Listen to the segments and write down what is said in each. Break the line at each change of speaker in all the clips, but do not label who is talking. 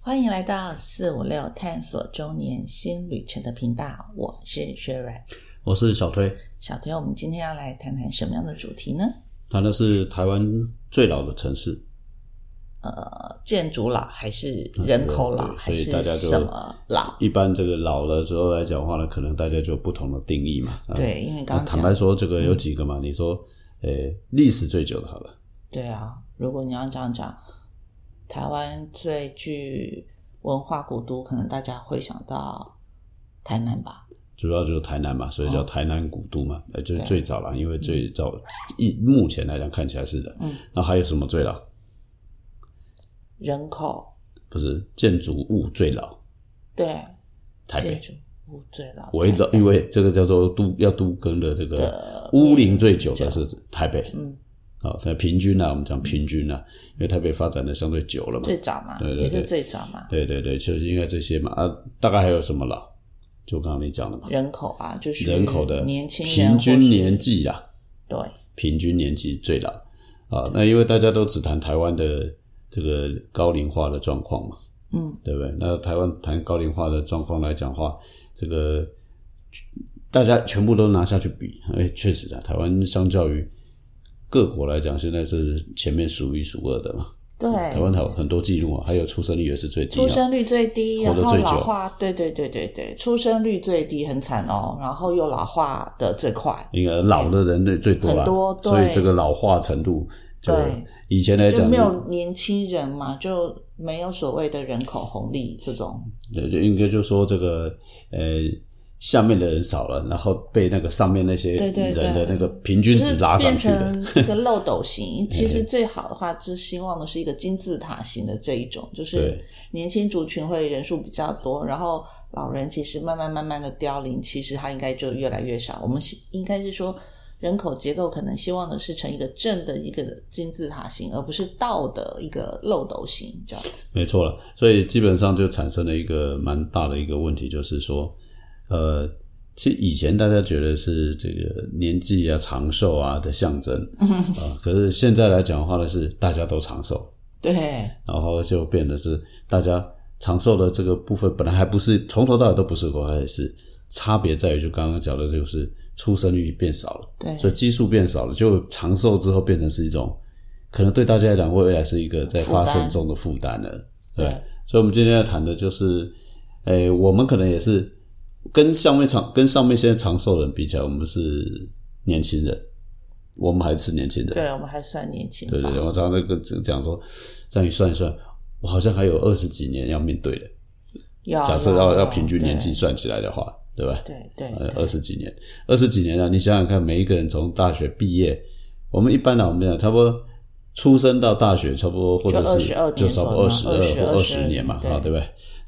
欢迎来到四五六探索中年新旅程的频道，我是薛软。
我是小推，
小推，我们今天要来谈谈什么样的主题呢？
谈的是台湾最老的城市，
呃，建筑老还是人口老，
对
还
所以
是
大家就
什么老？
一般这个老了之后来讲的话呢，可能大家就有不同的定义嘛。啊
对，因为刚刚
那坦白
讲，
说，这个有几个嘛？你说，呃，历史最久的好了，
对啊，如果你要这样讲，台湾最具文化古都，可能大家会想到台南吧？
主要就是台南嘛，所以叫台南古都嘛，呃，就是
哦对
最早了，因为最早一目前来讲看起来是的。
嗯，
那还有什么最老？
人口
不是建筑物最老，
对，
台
建
北。
筑物最老，
为
台
老，因为这个叫做都要都更的这个屋龄最久的是台北，
呃嗯，
好，那平均呢、啊，我们讲平均呢、啊，因为台北发展的相对久了嘛，
最早嘛，
对对
也是
对
最早嘛，
对对对，就是应该这些嘛啊，大概还有什么了？就刚刚你讲的嘛，
人口啊，就是
人口的
年轻人
平均
或是
年纪啊，
对，
平均年纪最老啊，那因为大家都只谈台湾的这个高龄化的状况嘛，
嗯，
对不对？那台湾谈高龄化的状况来讲话，这个大家全部都拿下去比，哎，确实啊，台湾相较于各国来讲，现在是前面数一数二的嘛。
对，
嗯台湾有很多记录啊，还有出生率也是最低、
出
啊。
生率最低，
活
然
得
后
最久
老化，对对对对对，出生率最低很惨哦，然后又老化的最快，
应该老的人最最多
很
啊，
多对
所以这个老化程度就
对
以前来
就
讲
没有年轻人嘛，就没有所谓的人口红利这种，
对，就应该就说这个呃下面的人少了，然后被那个上面那些
对对
人
对
的那个平均
就是
值拉上
变
去的。哎
成一个漏斗 型。其实最好的话，是希望的是一个金字塔型的这一种，就是
对
年轻族群会人数比较多，然后老人其实慢慢慢慢的凋零，其实它应该就越来越少。我们是应该是说。人口结构可能希望的是成一个正的一个金字塔型，而不是倒的一个漏斗型这样子。
没错了，所以基本上就产生了一个蛮大的一个问题，就是说，呃，其实以前大家觉得是这个年纪啊、长寿啊的 象征啊、可是现在来讲的话呢，是大家都长寿，
对
然后就变得是大家长寿的这个部分，本来还不是从头到尾都不是国开始，差别在于就刚刚讲的，就是出生率变少了，
对，
所以基数变少了，就长寿之后变成是一种，可能对大家来讲未来是一个在发生中的负担了，对。
对
所以，我们今天要谈的就是，诶，我们可能也是跟上面长跟上面现在长寿人比起来，我们是年轻人，我们还是年轻人，
对，我们还算年轻吧。
对对对，我常常在跟讲说，这样一算一算，我好像还有二十几年要面对的。
要
假设要要平均
对
年纪算起来的话，对吧？
啊对对
呃，
对
二十几年，二十几年啊，你想想看，每一个人从大学毕业，我们一般啊呢，我们讲差不多出生到大学，差不多或者是
22
就差不多二
年
十
左
二
右
或
20
二十年嘛，
对
啊，对不对？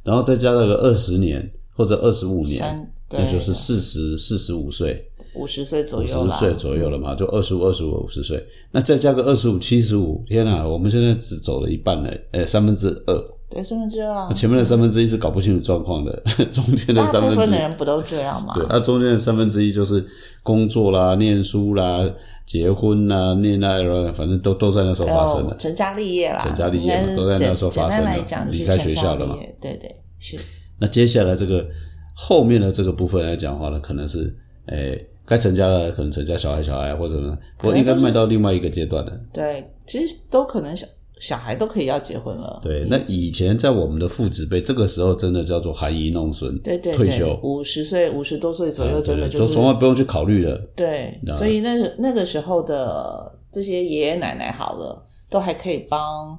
然后再加上个二十年或者二十五年，
三，对
那就是四十四十五岁，
五十岁左
五
右
十
啦。
岁左右了嘛，就二十五、二十五、五十岁，那再加个二十五、七十五，天啊，我们现在只走了一半了，呃，三分之二，
对，身份证啊
那，前面的三分之一是搞不清楚状况的， 中间的
大
三
部
分
分
之
的
一，
人不都这样吗？
对，那中间的三分之一就是工作啦、念书啦、结婚啦、恋爱啦，反正都都在那时候
还
发生
有
的。
成家立业啦，
成家立业
啊应
嘛
该是
啊都在那时候
简
发生
简单来
了
讲，
离
是
开
成
学
家
校
立
了嘛
业，对对是，
那接下来这个后面的这个部分来讲的话呢，可能是，诶、该成家了，可能成家小孩小孩啊或者什么，不过应该迈到另外一个阶段了。
对，其实都可能小小孩都可以要结婚了，
对，
嗯
那以前在我们的父子辈，这个时候真的叫做含饴弄孙，
对对
退休，
五十岁五十多岁左右，
对
真的
对，
就
都
是
从来不用去考虑了。
对，
那
所以那时那个时候的这些爷爷奶奶好了，都还可以帮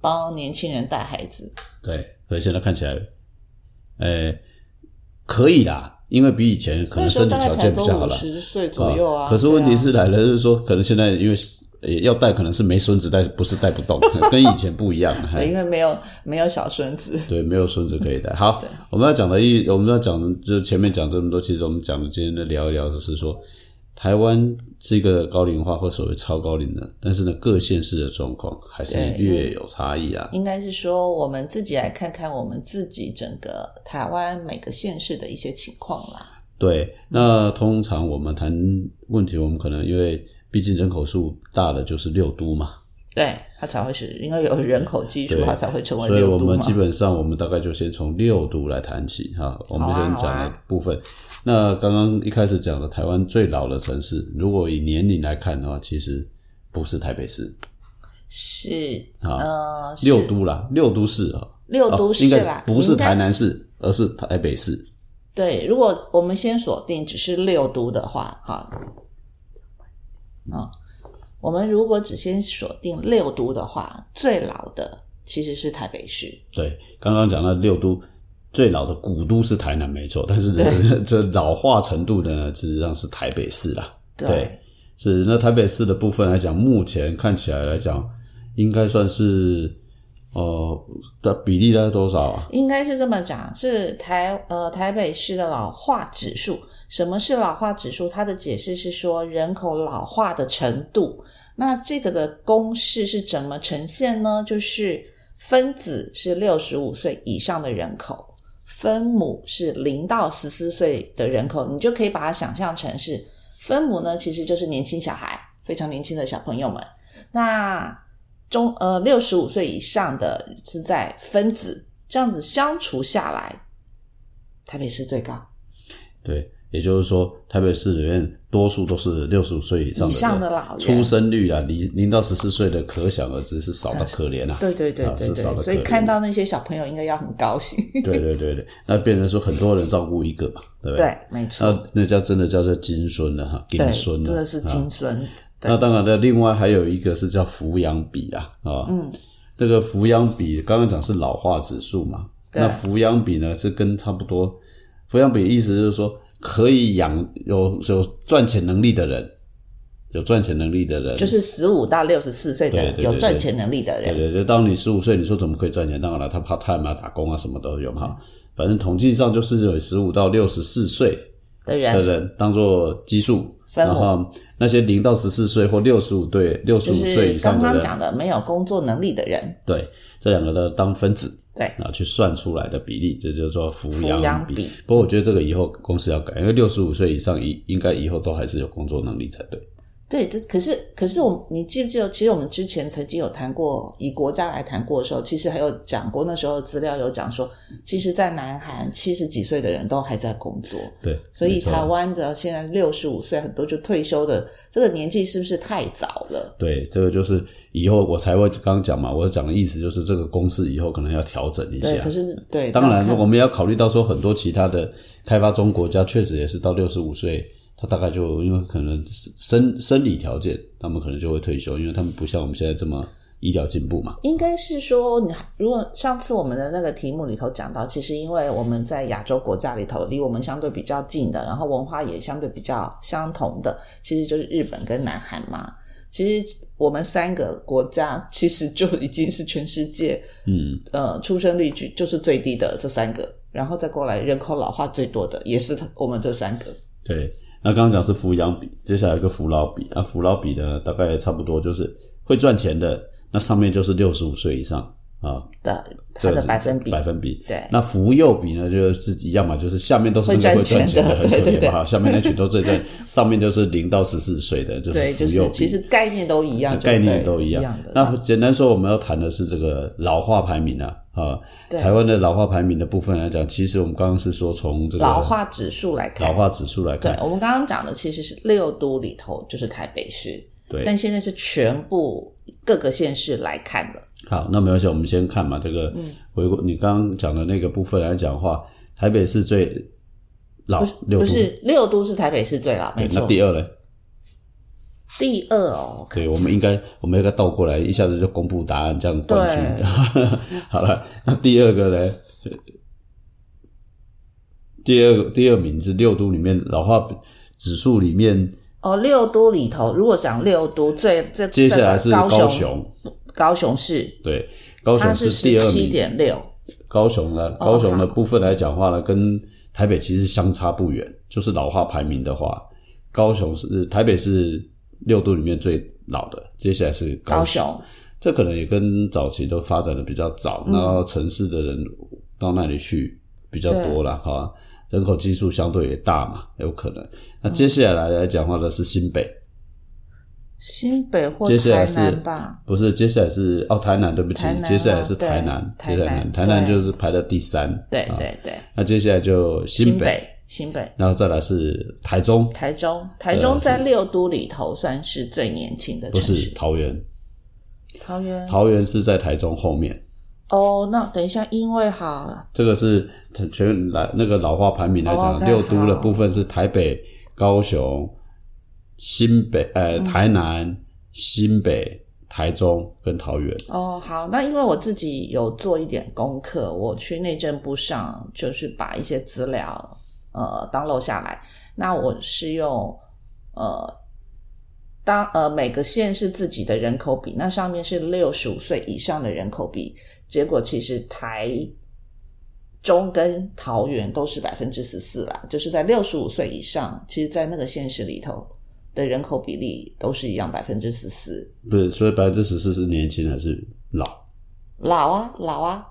帮年轻人带孩子，
对，所以现在看起来，呃，可以啦，因为比以前可
那
能
时候
身体
大概
条
才
件比
都
较好
五
了。
十岁左右啊。
可是问
对
题
啊
是来了，就是说，可能现在因为是呃要带，可能是没孙子带，不是带不动， 跟以前不一样。哎
对，
嘿
因为没有没有小孙子，
对，没有孙子可以带。好，我们要讲的一，我们要讲的就是前面讲这么多，其实我们讲的今天的聊一聊，就是说台湾是一个高龄化或所谓超高龄的，但是呢，各县市的状况还是
对
略有差异啊。
应该是说我们自己来看看我们自己整个台湾每个县市的一些情况啦。
对，那通常我们谈问题，我们可能因为毕竟人口数大了就是六都嘛，
对，它才会是因为有人口基数，
对
它才会成为
所以我
六都
们
嘛
基。本上，我们大概就先从六都来谈起哈。我们先
好
讲
啊
的部分。那刚刚一开始讲的台湾最老的城市，如果以年龄来看的话，其实不是台北市，
是
啊
呃，是
六都啦，六都市啊，
六都市
啊应
啦
该，不是
应该
台南市，而是台北市。
对，如果我们先锁定只是六都的话，哈，啊，我们如果只先锁定六都的话，最老的其实是台北市，
对，刚刚讲到六都最老的古都是台南，没错，但是这 这老化程度呢，实际上是台北市啦。对是那台北市的部分来讲，目前看起来来讲，应该算是呃的比例大概多少啊？
应该是这么讲，是台呃台北市的老化指数。什么是老化指数？它的解释是说人口老化的程度。那这个的公式是怎么呈现呢？就是分子是六十五岁以上的人口，分母是零到十四岁的人口，你就可以把它想象成是分母呢，其实就是年轻小孩，非常年轻的小朋友们。那中呃六十五岁以上的是在分子，这样子相除下来，台北市最高
对，也就是说，台北市里面多数都是六十五岁以上的人
以上的老人
出生率啊，零零到十四岁的可想而知是少的可怜啊。
对对对
啊
对
是少
对，
得
所以
可怜
看到那些小朋友应该要很高兴。
对对对对，那变成说很多人照顾一个嘛，对不对？
对，没错
那，那叫真的叫做金孙了哈，金
对，
孙
真
了，
的是
啊
金孙。
那当然了，另外还有一个是叫抚养比啊，啊，嗯，这个抚养比刚刚讲是老化指数嘛，
对
那抚养比呢是跟差不多，抚养比意思就是说可以养有有赚钱能力的人，有赚钱能力的人，
就是十五到六十四岁
对
的
对对
有
对
赚钱能力的
对
人，
对对，当你十五岁，你说怎么可以赚钱？当然了，他 part time 啊，打工啊，什么都有嘛，哈反正统计上就是有十五到六十四岁
的
的
人
人当做基数。
分母
然后那些零到十四岁或六十五对六十
就
五岁
是
以上
刚刚
的人，
讲的没有工作能力的人，
对，这两个的当分子
对，
啊去算出来的比例，这就是说抚
抚
养
养
比。
比
不过我觉得这个以后公司要改，因为六十五岁以上以应该以后都还是有工作能力才对。
对，这可是可是我，你记不记得？其实我们之前曾经有谈过，以国家来谈过的时候，其实还有讲过，那时候资料有讲说，其实，在南韩七十几岁的人都还在工作，
对，
所以
没错啊
台湾的现在六十五岁很多就退休的这个年纪是不是太早了？
对这个就是以后我才会刚刚讲嘛，我讲的意思就是这个公式以后可能要调整一
对，
下
可。是对，
当然，
看
我们也要考虑到说，很多其他的开发中国家确实也是到六十五岁，他大概就因为可能生生理条件，他们可能就会退休，因为他们不像我们现在这么医疗进步嘛。
应该是说，你如果上次我们的那个题目里头讲到，其实因为我们在亚洲国家里头，离我们相对比较近的，然后文化也相对比较相同的，其实就是日本跟南韩嘛。其实我们三个国家其实就已经是全世界，
嗯，
呃，出生率就就是最低的这三个，然后再过来人口老化最多的也是我们这三个。
对，那刚刚讲是抚养比，接下来一个扶老比啊，扶老比呢大概差不多就是会赚钱的，那上面就是六十五岁以上啊，
的它
这个
的
是
百分比，
百分比。
对
那扶幼比呢就是一样嘛，就是下面都是那个会
会赚
赚钱
钱
的，
的
很可
对对
怜
对
嘛，哈上面那群都最赚，上面就是零到十四岁的就是
对，就
扶幼
是
比。
其实概念都一样，
概念
对
都一
一
样。
的。
那简单说，我们要谈的是这个老化排名啊，啊，
对
台湾的老化排名的部分来讲，其实我们刚刚是说从这个
老化指数来看，
老化指数来
对
看，
我们刚刚讲的其实是六都里头就是台北市，
对，
但现在是全部各个县市来看的。
好，那没关系，我们先看嘛。这个
嗯
回过你刚刚讲的那个部分来讲的话，台北是最老六
不
都，
是六都是台北市最老，没
对，那
错。
第二呢？
第二哦，
对，我们应该我们应该倒过来，一下子就公布答案，这样冠军。 好了，那第二个呢？第二个第二名是六都里面老化指数里面，
哦，六都里头，如果讲六都最这
接下来是
高
高
雄，
雄，
高雄市，
对，高
它
雄
是
第
十
二
七
名。
点六，
高雄呢，
哦
高雄的
好
部分来讲话呢，跟台北其实相差不远。就是老化排名的话，高雄是台北是六都里面最老的，接下来是高
高雄
这可能也跟早期都发展的比较早，
嗯
然后城市的人到那里去比较多了哈，人口基数
嗯
相对也大嘛，有可能。那接下来来讲话呢是新北，
新北或
接下来
台
是
南吧，
不是，接下来是哦，台南，对不起
台南，
接下来是
哦对
台南，
台
接下来
南
台南
对
就是排到第三，
对
啊，
对对，
那接下来就新北，
北新北。
然后再来是台中，
台中，台中在六都里头算是最年轻的
呃不
城
是
市。
桃园，
桃园
桃园是在台中后面，
哦，那等一下，因为好
这个是全来那个老化排名来
哦
讲，
，OK，
六都的
好
部分是台北、高雄、新北，呃，
嗯
台南、新北、台中跟桃园。
哦好，那因为我自己有做一点功课，我去内政部上就是把一些资料呃 download 下来，那我是用呃。当呃每个县是自己的人口比，那上面是六十五岁以上的人口比，结果其实台中跟桃园都是百分之十四啦，就是在六十五岁以上，其实，在那个县市里头的人口比例都是一样百分之十四。
不是，所以百分之十四是年轻还是老？
老啊，老啊。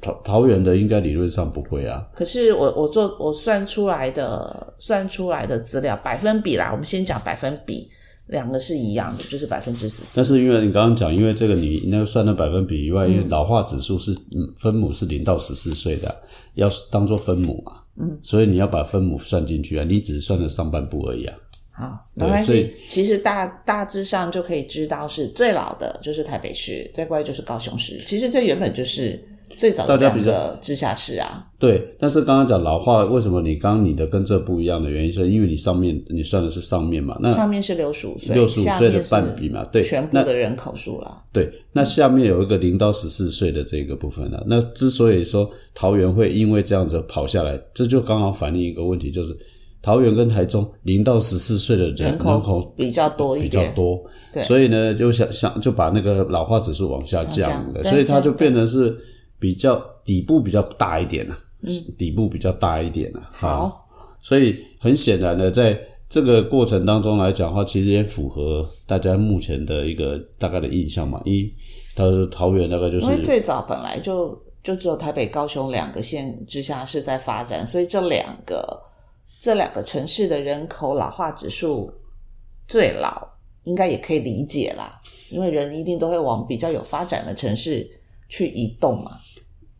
桃桃园的应该理论上不会啊，
可是我我做我算出来的算出来的资料百分比啦，我们先讲百分比，两个是一样的，就是百分之十四
但。是因为你刚刚讲，因为这个你那个算的百分比以外，因为老化指数是嗯分母是零到十四岁的，要当做分母嘛，嗯，所以你要把分母算进去啊，你只算了上半部而已啊，
好，没
对
关
所
系
以。
其实大大致上就可以知道是最老的就是台北市，再过来就是高雄市。其实这原本就是最早的
大家
两
比较
个直辖市啊。
对，但是刚刚讲老化，为什么你刚刚你的跟这不一样的原因，是因为你上面你算的是上面嘛，那
上面是六十五岁，
嗯六十五
下
岁
面
的
是
半比嘛，对，
全部
那
的人口数啦。
对，那
嗯
下面有一个零到十四岁的这个部分呢、那之所以说桃园会因为这样子跑下来，这就刚好反映一个问题，就是桃园跟台中零到十四岁的人
人口
口
比较多一
比较
点
多
对，
所以呢就想想就把那个老化指数往下
往
降
下对
了，所以它
对
就变成是比较底部比较大一点了、啊底部比较大一点了、
嗯
啊
好，
所以很显然的，在这个过程当中来讲的话，其实也符合大家目前的一个大概的印象嘛。一，它是桃园大概就是
因为最早本来就就只有台北、高雄两个县直辖市在发展，所以这两个这两个城市的人口老化指数最老，应该也可以理解啦，因为人一定都会往比较有发展的城市去移动嘛。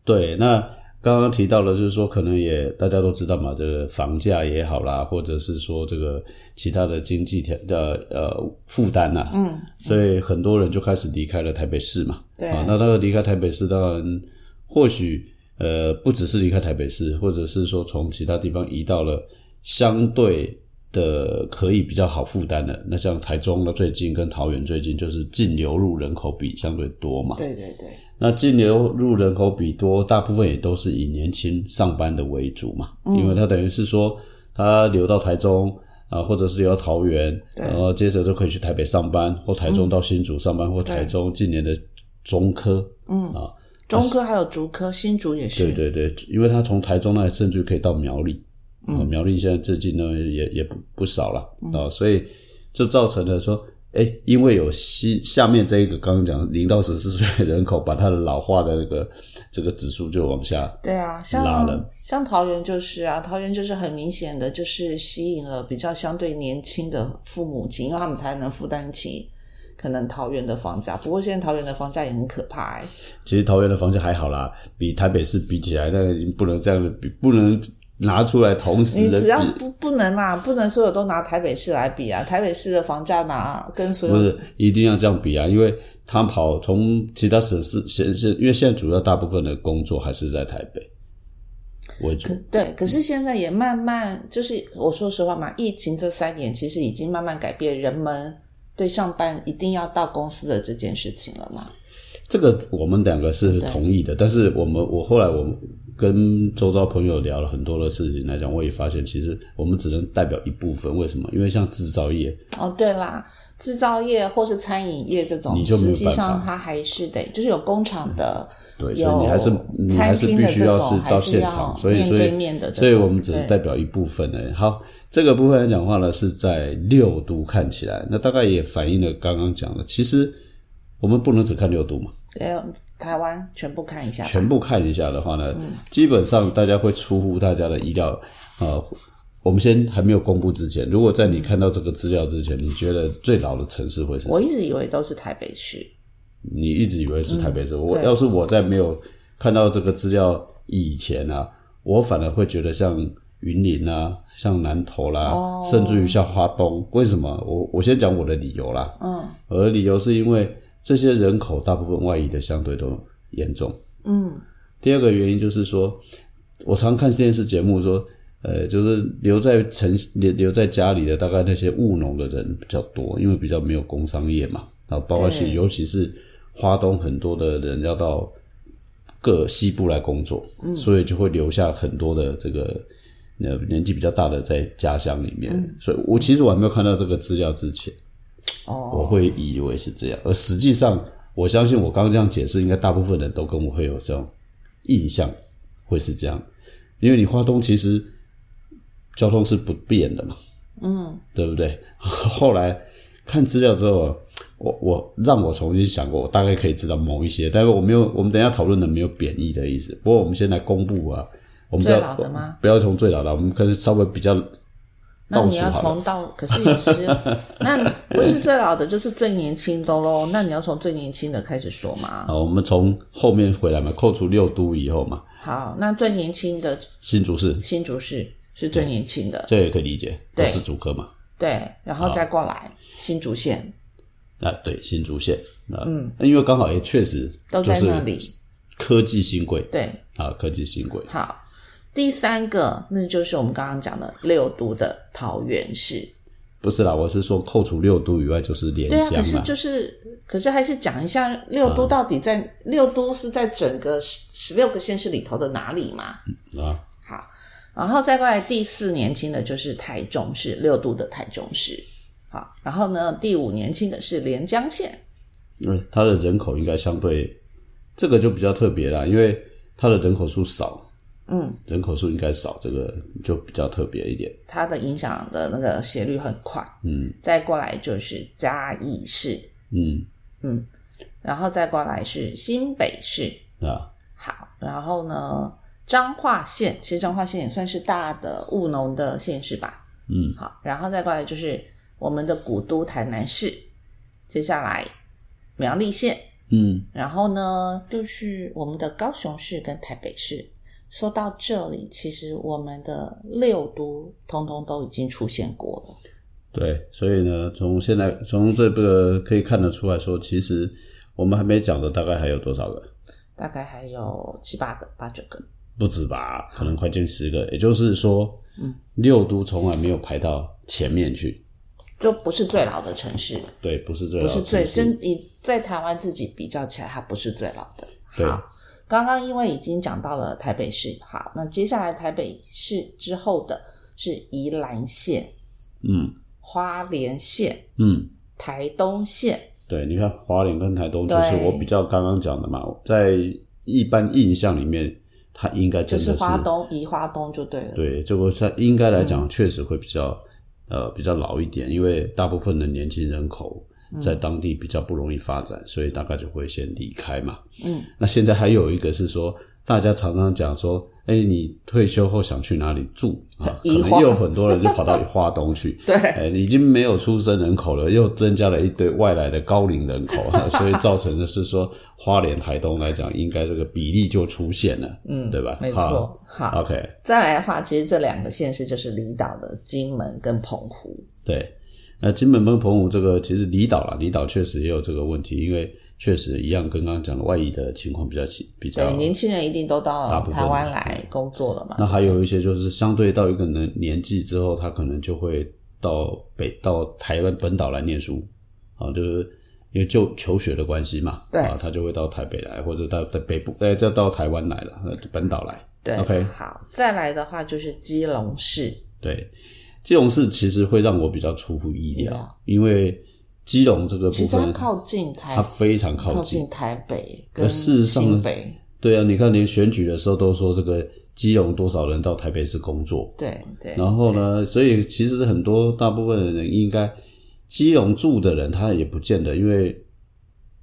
对。那刚刚提到了，就是说可能也大家都知道嘛，这个房价也好啦，或者是说这个其他的经济条的呃负担呐、
嗯，
所以很多人就开始离开了台北市嘛。
对
啊，那他离开台北市，当然或许呃不只是离开台北市，或者是说从其他地方移到了相对的可以比较好负担的，那像台中的最近跟桃园最近就是净流入人口比相对多嘛。
对对对，
那净流入人口比多，大部分也都是以年轻上班的为主嘛，
嗯
因为他等于是说他流到台中啊、或者是流到桃园，
对嗯
然后接着就可以去台北上班，或台中到新竹上班，或台中近年的中科，嗯啊，
中科还有竹科、新竹也是，
对对对，因为他从台中那里甚至可以到苗栗，
嗯
啊、苗栗现在最近呢也也不不少了啊、所以就造成了说，哎，因为有西下面这一个刚刚讲零到十四岁的人口，把他的老化的那个 这个指数就往下，
对啊，
拉
像
了
像桃园就是啊，桃园就是很明显的，就是吸引了比较相对年轻的父母亲，因为他们才能负担起可能桃园的房价。不过现在桃园的房价也很可怕、欸，
其实桃园的房价还好啦，比台北市比起来，那已经不能这样的比，不能拿出来同时
你
的
只要
比。
不不能啦，不能所有都拿台北市来比啊，台北市的房价拿跟所
不
有
是一定要这样比啊，因为他跑从其他省市，现现，因为现在主要大部分的工作还是在台北为主
可。对，可是现在也慢慢就是我说实话嘛，疫情这三年其实已经慢慢改变人们对上班一定要到公司的这件事情了嘛。
这个我们两个是同意的，但是我们我后来我们跟周遭朋友聊了很多的事情来讲，我也发现其实我们只能代表一部分。为什么？因为像制造业，
哦，对啦，制造业或是餐饮业这种，
你就没
实
有
际
办
上
法
它还是得，就是有工厂的，
对，所
有
以你还是你还
餐
是
厅
必
的
须
这
要
种还
到
是
现
要
场，所以
面
所
对
以
面的这
所以
种
我们只能
对
代表一部分而已。好，这个部分来讲话呢，是在六都看起来，那大概也反映了刚刚讲的，其实我们不能只看六都嘛，
呃，台湾全部看一下吧，嗯
全部看一下的话呢，基本上大家会出乎大家的意料，呃，我们先还没有公布之前，如果在你看到这个资料之前，你觉得最老的城市会是什
我
么？
一直以为都是台北市，
你一直以为是台北市，我
嗯对
要是我在没有看到这个资料以前啊，我反而会觉得像云林啊，像南投啦，
哦
甚至于像花东。为什么？我我先讲我的理由啦。
嗯
我的理由是因为这些人口大部分外移的相对都严重。
嗯
第二个原因就是说，我常看电视节目说，呃，就是留在城留留在家里的大概那些务农的人比较多，因为比较没有工商业嘛，啊，包括是
对
尤其是花东很多的人要到各西部来工作，所以就会留下很多的这个。呃，年纪比较大的在家乡里面，所以我其实我还没有看到这个资料之前，
哦，
我会以为是这样，而实际上，我相信我刚刚这样解释，应该大部分人都跟我会有这种印象，会是这样，因为你花东其实交通是不便的嘛，嗯，对不对？ 后来看资料之后啊，我我让我重新想过，我大概可以知道某一些，但是我没有，我们等一下讨论的没有贬义的意思。不过我们先来公布啊，我们不
最老的
要
吗
不要从最老的，我们可能稍微比较
那
倒
你
数
要
好了。
从到，可是有 时那不是最老的，就是最年轻的喽。那你要从最年轻的开始说嘛。
啊好，我们从后面回来嘛，扣除六都以后嘛，
好，那最年轻的
新竹市
新竹市是最年轻的，
这也可以理解，都
对
是主科嘛。
对，然后再过来新竹县
啊，对，新竹县啊，嗯，因为刚好也确实
都
就
在
是
那里，
科技新贵
对，
啊，科技新贵，
好。第三个，那就是我们刚刚讲的六都的桃园市，
不是啦，我是说扣除六都以外就是连
对啊，可
江
是
啦，
就是，可是还是讲一下六都到底在、六都是在整个十十六个县市里头的哪里嘛？
啊，
好，然后再过来第四年轻的就是台中市六都的台中市，好，然后呢第五年轻的是连江县，
因为它的人口应该相对这个就比较特别啦，因为它的人口数少，
嗯，
人口数应该少，这个就比较特别一点。
它的影响的那个斜率很快，
嗯
再过来就是嘉义市，
嗯
然后再过来是新北市，
啊，
好，然后呢彰化县，其实彰化县也算是大的务农的县市吧，
嗯，
好，然后再过来就是我们的古都台南市，接下来苗栗县，
嗯，
然后呢就是我们的高雄市跟台北市。说到这里，其实我们的六都通通都已经出现过了。
对，所以呢，从现在从这个可以看得出来说，其实我们还没讲的大概还有多少个？
大概还有七八个、八九个。
不止吧，可能快近十个。也就是说，
嗯
六都从来没有排到前面去。
就不是最老的城市，
对，啊不是最
不
老
是
的
最
城市，
真以在台湾自己比较起来，它不是最老的。
对
好，刚刚因为已经讲到了台北市，好，那接下来台北市之后的是宜兰县、
嗯
花莲县、
嗯，
台东县，
对。你看华联跟台东，就是
对
我比较刚刚讲的嘛，在一般印象里面，它应该
就
真
是
的
花东宜花东就对了。
对，这个算应该来讲确实会比较、呃比较老一点，因为大部分的年轻人口在
嗯
当地比较不容易发展，所以大概就会先离开嘛。
嗯，
那现在还有一个是说，大家常常讲说，哎，你退休后想去哪里住 啊？
宜花
可能又有很多人就跑到花东 去。
对，
哎，已经没有出生人口了，又增加了一堆外来的高龄人口， 所以造成的是说，花莲、台东来讲，应该这个比例就出现了，
嗯，
对吧？
没
好
错。好，
，OK，
再来的话，其实这两个县市就是离岛的金门跟澎湖。
对，那金门跟澎湖这个其实离岛啦，离岛确实也有这个问题，因为确实一样，跟刚刚讲的外移的情况比较起比较
对，。年轻人一定都
哦大
到
部分
台湾来工作了嘛。
那还有一些就是相对到一个年年纪之后，他可能就会到北到台湾本岛来念书，啊，就是因为就求学的关系嘛，
对
啊，他就会到台北来，或者到到北部，哎，再到台湾来了，呃本岛来，
对
OK
好，再来的话就是基隆市，
对。基隆市其实会让我比较出乎意料，因为基隆这个
啊其
部
实它
分，
靠近台，
它非常靠
靠
近，
近台北
呃
跟
事实上呢
新北，
对啊，你看连选举的时候都说这个基隆多少人到台北市工作，
对对。
然后呢，所以其实很多大部分的人应该基隆住的人，他也不见得，因为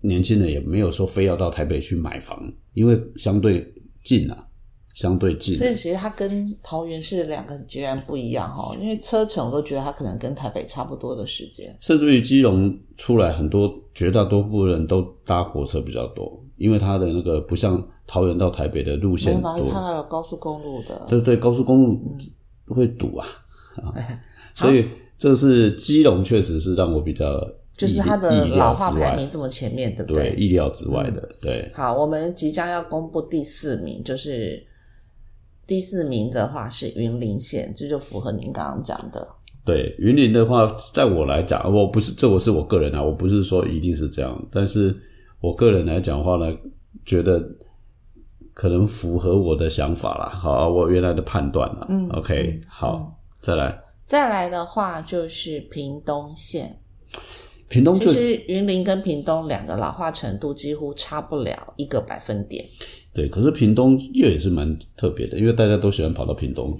年轻人也没有说非要到台北去买房，因为相对近啊，相对近
所。以其实它跟桃园是两个截然不一样哦，因为车程我都觉得它可能跟台北差不多的时间。
甚至于基隆出来很多，绝大多部分人都搭火车比较多，因为它的那个不像桃园到台北的路
没有
线
吧？它
多，
哦还有高速公路的，
对不对？高速公路会堵 啊，啊，所以这是基隆确实是让我比较
就是
意
它的
意
老
料
化
之
排
外
名，这么前面，对不嗯
对，意料之外的，对。
好，我们即将要公布第四名，就是第四名的话是云林县，这就符合您刚刚讲的。
对云林的话，在我来讲，呃我不是这我是我个人啊，我不是说一定是这样，但是我个人来讲的话呢，觉得可能符合我的想法啦。好啊，我原来的判断啦。
嗯
OK，好，再来
再来的话就是屏东县，
屏东
其
就
实云林跟屏东两个老化程度几乎差不了一个百分点。
对，可是屏东又也是蛮特别的，因为大家都喜欢跑到屏东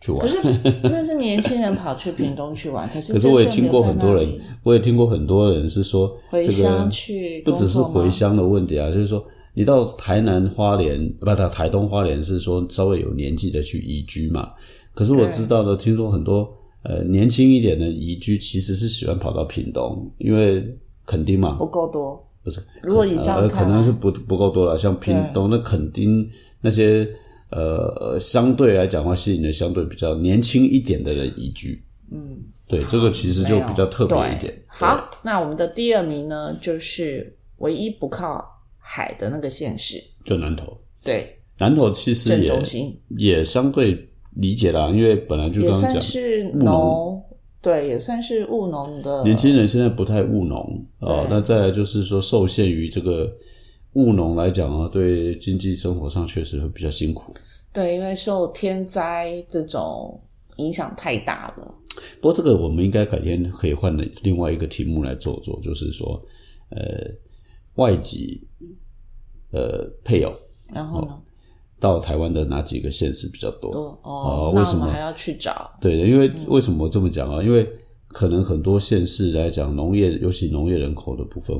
去玩
不。是，那是年轻人跑去屏东去玩，可是
可是我也听过很多人，我也听过很多人是说
回
这个
乡去
不
工作
只
吗，
是回乡的问题啊，就是说你到台南花莲，不，到台东花莲是说稍微有年纪的去移居嘛。可是我
对
知道的，听说很多呃年轻一点的移居其实是喜欢跑到屏东，因为垦丁嘛
不，够多。
不是，
哦如果你这样
呃，
看啊
可能是不不够多了。像屏东那垦丁那些呃呃相对来讲的话，吸引了相对比较年轻一点的人移居。
嗯，
对，这个其实就比较特别一点
对。好，那我们的第二名呢，就是唯一不靠海的那个县市，
对，就南投，
对，
南投其实
正
也
中心
也相对理解啦，因为本来就
也
刚刚
算
讲，
是
务
农，对，也算是务农的
年轻人现在不太务农哦
呃对。
那再来就是说，受限于这个务农来讲啊，对经济生活上确实会比较辛苦。
对，因为受天灾这种影响太大了。
不过这个我们应该改天可以换另外一个题目来做做，就是说，呃，外籍呃配偶
然后
哦
呢，
到台湾的哪几个县市比较多？
哦，
哦
那
为
我
什
们
么
还要去找？
对的，因为为什么我这么讲啊？因为可能很多县市来讲，农业尤其农业人口的部分，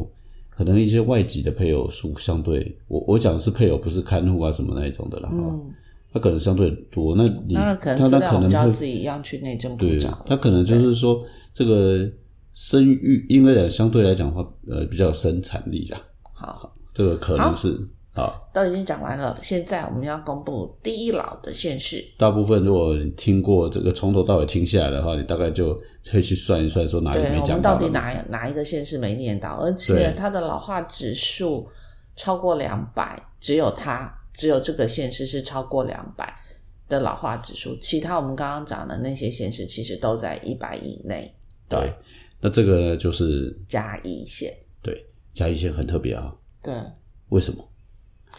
可能一些外籍的配偶数相对，我我讲的是配偶，不是看护啊什么那一种的啦。哈，
嗯，
他可能相对多，那你
当
他
然可能资
他
料我
可
们就要
能
自
会
己一样去内政部
对，
找了。
他可能就是说这个生育应该讲相对来讲的话，呃，比较有生产力啦，
好，
这个可能是啊。
都已经讲完了，现在我们要公布第一老的县市。
大部分如果你听过这个从头到尾听下来的话，你大概就会去算一算，说哪里
对，
没
我
讲
们到
了
底
嘛
哪哪一个县市没念到？而且
对
它的老化指数超过两百，只有它，只有这个县市是超过两百的老化指数，其他我们刚刚讲的那些县市其实都在一百以内。
对，那这个呢，就是
嘉义县，
对嘉义县很特别啊。
对，
为什么？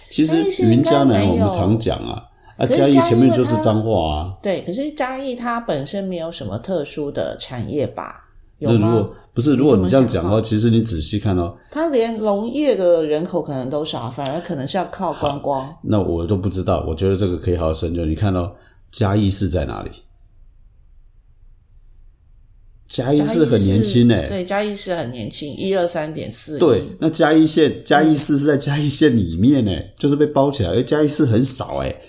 其实
嘉义县应
云
该
嘉南
没有
我们常讲啊，啊
可是
嘉义
嘉义
前面
因为
就是
它
彰化啊。
对，可是嘉义它本身没有什么特殊的产业吧？有
那如
吗
果？不是，如
有
果
这么
你这样
想
讲的
吗
话，其实你仔细看哦，
它连农业的人口可能都少，反而可能是要靠观光。
那我都不知道。我觉得这个可以好好深究。你看哦，嘉义市在哪里？嘉义市很年轻诶、
对，嘉义市很年轻，一二三点四，
对，那嘉义县嘉义市是在嘉义县里面诶、就是被包起来，而嘉义市很少哎诶、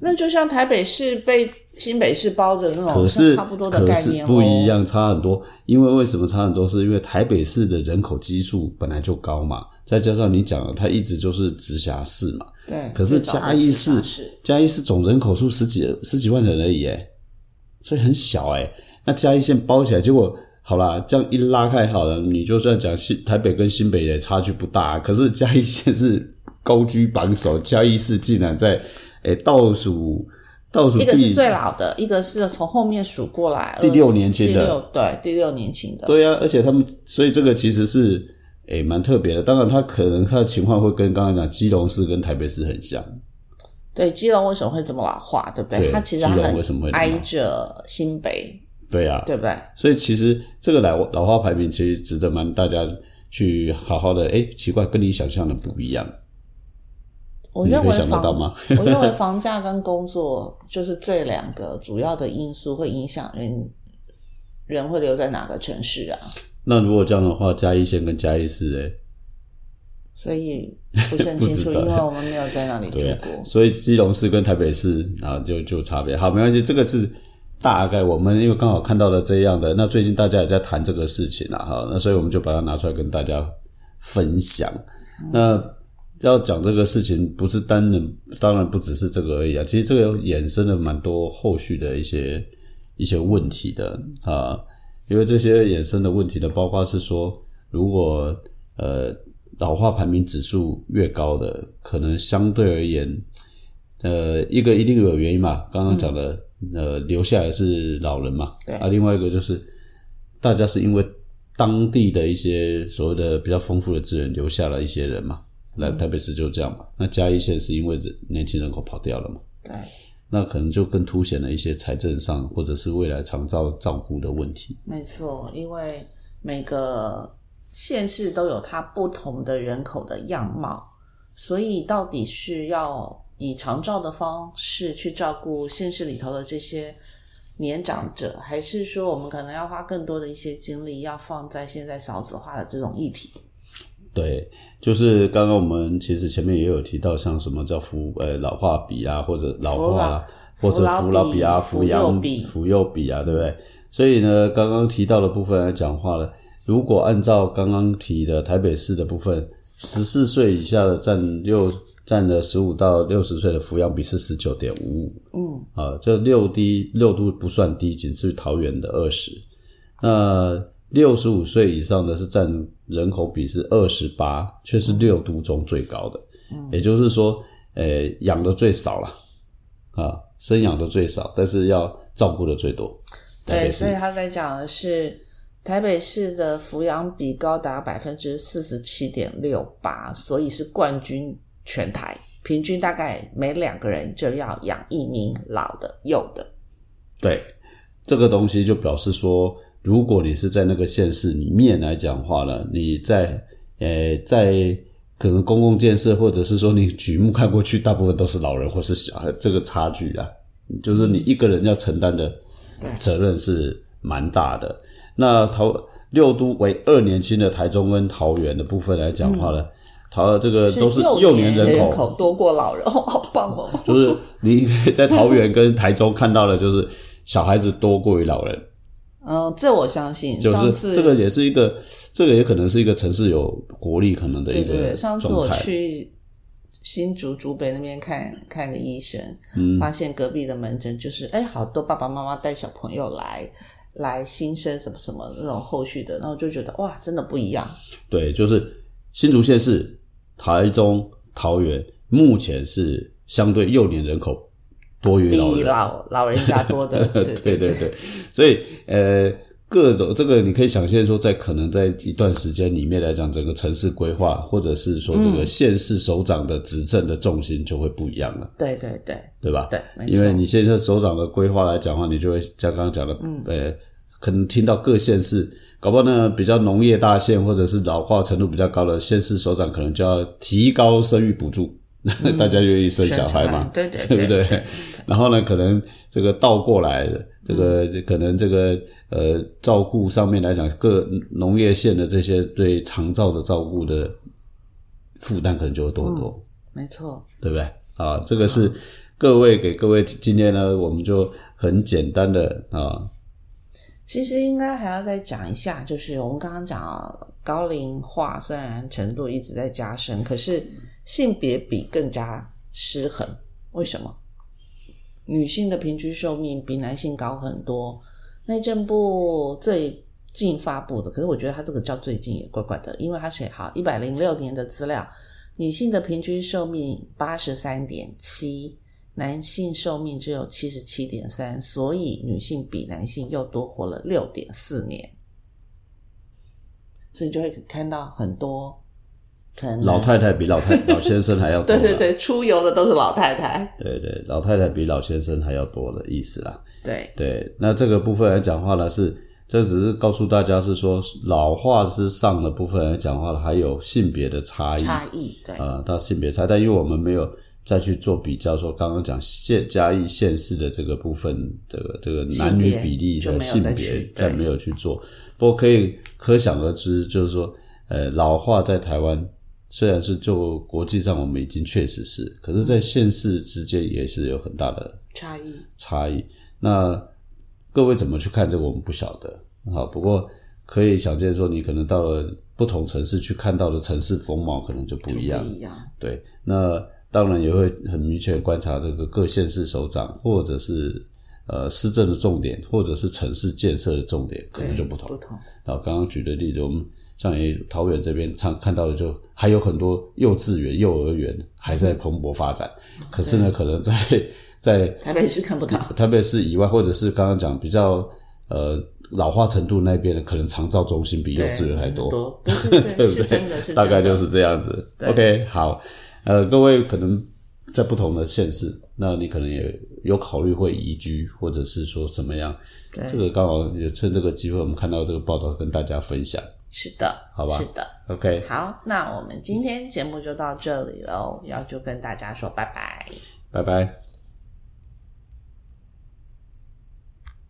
那就像台北市被新北市包的那种，
可是
哦差不多的
可
概
是
念、哦、
不一。样，差很多。因为为什么差很多？是因为台北市的人口基数本来就高嘛，再加上你讲了，它一直就是直辖市嘛。
对，
可是
最早的
嘉义
直辖
市
市，
嘉义市总人口数十几十几万人而已，哎，所以很小哎。那嘉义县包起来，结果好啦，这样一拉开好了，你就算讲新台北跟新北也差距不大，啊可是嘉义县是高居榜首，嘉义市竟然在诶倒数倒数
一个是
第
最老的，一个是从后面数过来，
第六年
第
轻的，
六对第六年轻的，
对呀、而且他们，所以这个其实是诶蛮特别的。当然，他可能他的情况会跟刚才讲基隆市跟台北市很像，
对基隆为什么会这么老化，对不对？
对
它其实
基隆
很
为什么会这么
挨
老
着新北，
对呀、
对不对？
所以其实这个老老花排名其实值得蛮大家去好好的诶，奇怪，跟你想象的不一样，
我
你
认
可
为
以想得
房
到吗？
我认为房价跟工作就是最两个主要的因素，会影响人人会留在哪个城市啊？
那如果这样的话，嘉义县跟嘉义市诶，
所以不是很
不
清
知
楚，
道
因为我们没有在那里住
对啊
过，。
所以基隆市跟台北市啊就就差别。好，没关系，这个是大概我们因为刚好看到了这样的，那最近大家也在谈这个事情啊，哈，那所以我们就把它拿出来跟大家分享。那要讲这个事情，不是单人，当然不只是这个而已啊。其实这个衍生了蛮多后续的一些一些问题的啊，因为这些衍生的问题呢，包括是说，如果呃老化排名指数越高的，可能相对而言，呃，一个一定有原因嘛，刚刚讲的，呃，留下来是老人嘛，
对
啊，另外一个就是大家是因为当地的一些所谓的比较丰富的资源留下了一些人嘛，来台北市就这样嘛，那嘉义县是因为人年轻人口跑掉了嘛，
对，
那可能就更凸显了一些财政上或者是未来长照照顾的问题，
没错，因为每个县市都有它不同的人口的样貌，所以到底是要以长照的方式去照顾县市里头的这些年长者，还是说我们可能要花更多的一些精力要放在现在少子化的这种议题？
对，就是刚刚我们其实前面也有提到，像什么叫扶呃老化比啊，或者老化、啊，
扶
或
老
者扶老比啊、
扶
扶
幼
羊
比
扶幼比啊，对不对？所以呢，刚刚提到的部分来讲话呢，如果按照刚刚提的台北市的部分，十四岁以下的占六占了十五到六十岁的抚养比是十九点五五，
嗯，
啊，这六低六度不算低，仅次于桃园的二十。那六十五岁以上的是占人口比是二十八，却是六都中最高的。也就是说，呃，养的最少了，啊，生养的最少，但是要照顾的最多。台
对，
北
所以
市
他在讲的是台北市的抚养比高达百分之四十七点六八，所以是冠军全台，平均大概每两个人就要养一名老的、幼的。
对这个东西就表示说，如果你是在那个县市里面来讲话了，你在呃在可能公共建设，或者是说你举目看过去，大部分都是老人或是小孩，这个差距啊，就是你一个人要承担的责任是蛮大的。那桃六都为二年轻的台中跟桃园的部分来讲话呢，桃这个呃都是
幼
年
的
人
人
口
口多过老人， 哦，好棒哦！
就是你在桃园跟台中看到的，就是小孩子多过于老人，
嗯，这我相信。
就
上
是
次
这个也是一个，这个也可能是一个城市有活力可能的一
对对
个
对，上次我
状态。
去新竹竹北那边看看个医生，
嗯
发现隔壁的门诊就是，哎，好多爸爸妈妈带小朋友来来新生什么什么那种后续的，然后就觉得哇，真的不一样。
对，就是新竹县市、台中、桃园目前是相对幼年人口多于老
比
人，
老老人家多 的，对
对对对，所以呃，各种这个你可以想象说，在可能在一段时间里面来讲，整个城市规划或者是说这
嗯
个县市首长的执政的重心就会不一样了，
对对对
对吧？
对，没错
因为你现在首长的规划来讲的话，你就会像刚刚讲的，
嗯
呃，可能听到各县市，搞不好呢比较农业大县或者是老化程度比较高的县市首长，可能就要提高生育补助， 大家愿意生小孩嘛，
对对
对不
对
对？然后呢，可能这个倒过来的，这个
嗯
可能这个呃照顾上面来讲，各农业县的这些对长照的照顾的负担可能就会多很多。
没错，
对不对？啊，这个是各位给各位今天呢，我们就很简单的啊，
其实应该还要再讲一下，就是我们刚刚讲啊高龄化虽然程度一直在加深，可是性别比更加失衡。为什么？女性的平均寿命比男性高很多。内政部最近发布的，可是我觉得它这个叫最近也怪怪的，因为它写好一百零六年的资料，女性的平均寿命八十三点七，男性寿命只有七十七点三，所以女性比男性又多活了六点四年。所以就会看到很多可能
老太太比老太老先生还要多
对
啦，
对对，出游的都是老太太。
对对老太太比老先生还要多的意思啦。
对，
对，那这个部分来讲话呢，是这只是告诉大家是说老化之上的部分来讲话呢，还有性别的差异。
差异对，
啊，它性别差，但因为我们没有再去做比较，说刚刚讲县嘉义县市的这个部分，这个这个男女比例的
性别就没有再
性
去
别，
对
再没有去做。不过可以可想而知，就是说，呃，老化在台湾虽然是就国际上我们已经确实是，可是，在县市之间也是有很大的
差异，
差异。那各位怎么去看这个，我们不晓得啊。不过可以想见说，你可能到了不同城市去看到的城市风貌可能就不一样
就。不一样，
对，那当然也会很明确地观察这个各县市首长，或者是呃市政的重点，或者是城市建设的重点，可能就
对
不同
不。同，
然后刚刚举的例子，我们像也桃园这边看看到的，就还有很多幼稚园、幼儿园还在蓬勃发展，
嗯
可是呢，可能在在
台北是看不到，
台北市以外，或者是刚刚讲比较呃老化程度那边的，可能长照中心 比幼稚园还
对
多。
多， 对对对，
对不
是
对
真的是
大概
真的
就是这样子。
对
OK，好，呃，各位可能在不同的县市，那你可能也有考虑会移居，或者是说怎么样
对？
这个刚好也趁这个机会，我们看到这个报道跟大家分享。
是的，
好吧
是的。
OK，
好，那我们今天节目就到这里喽，要就跟大家说拜拜。
拜拜。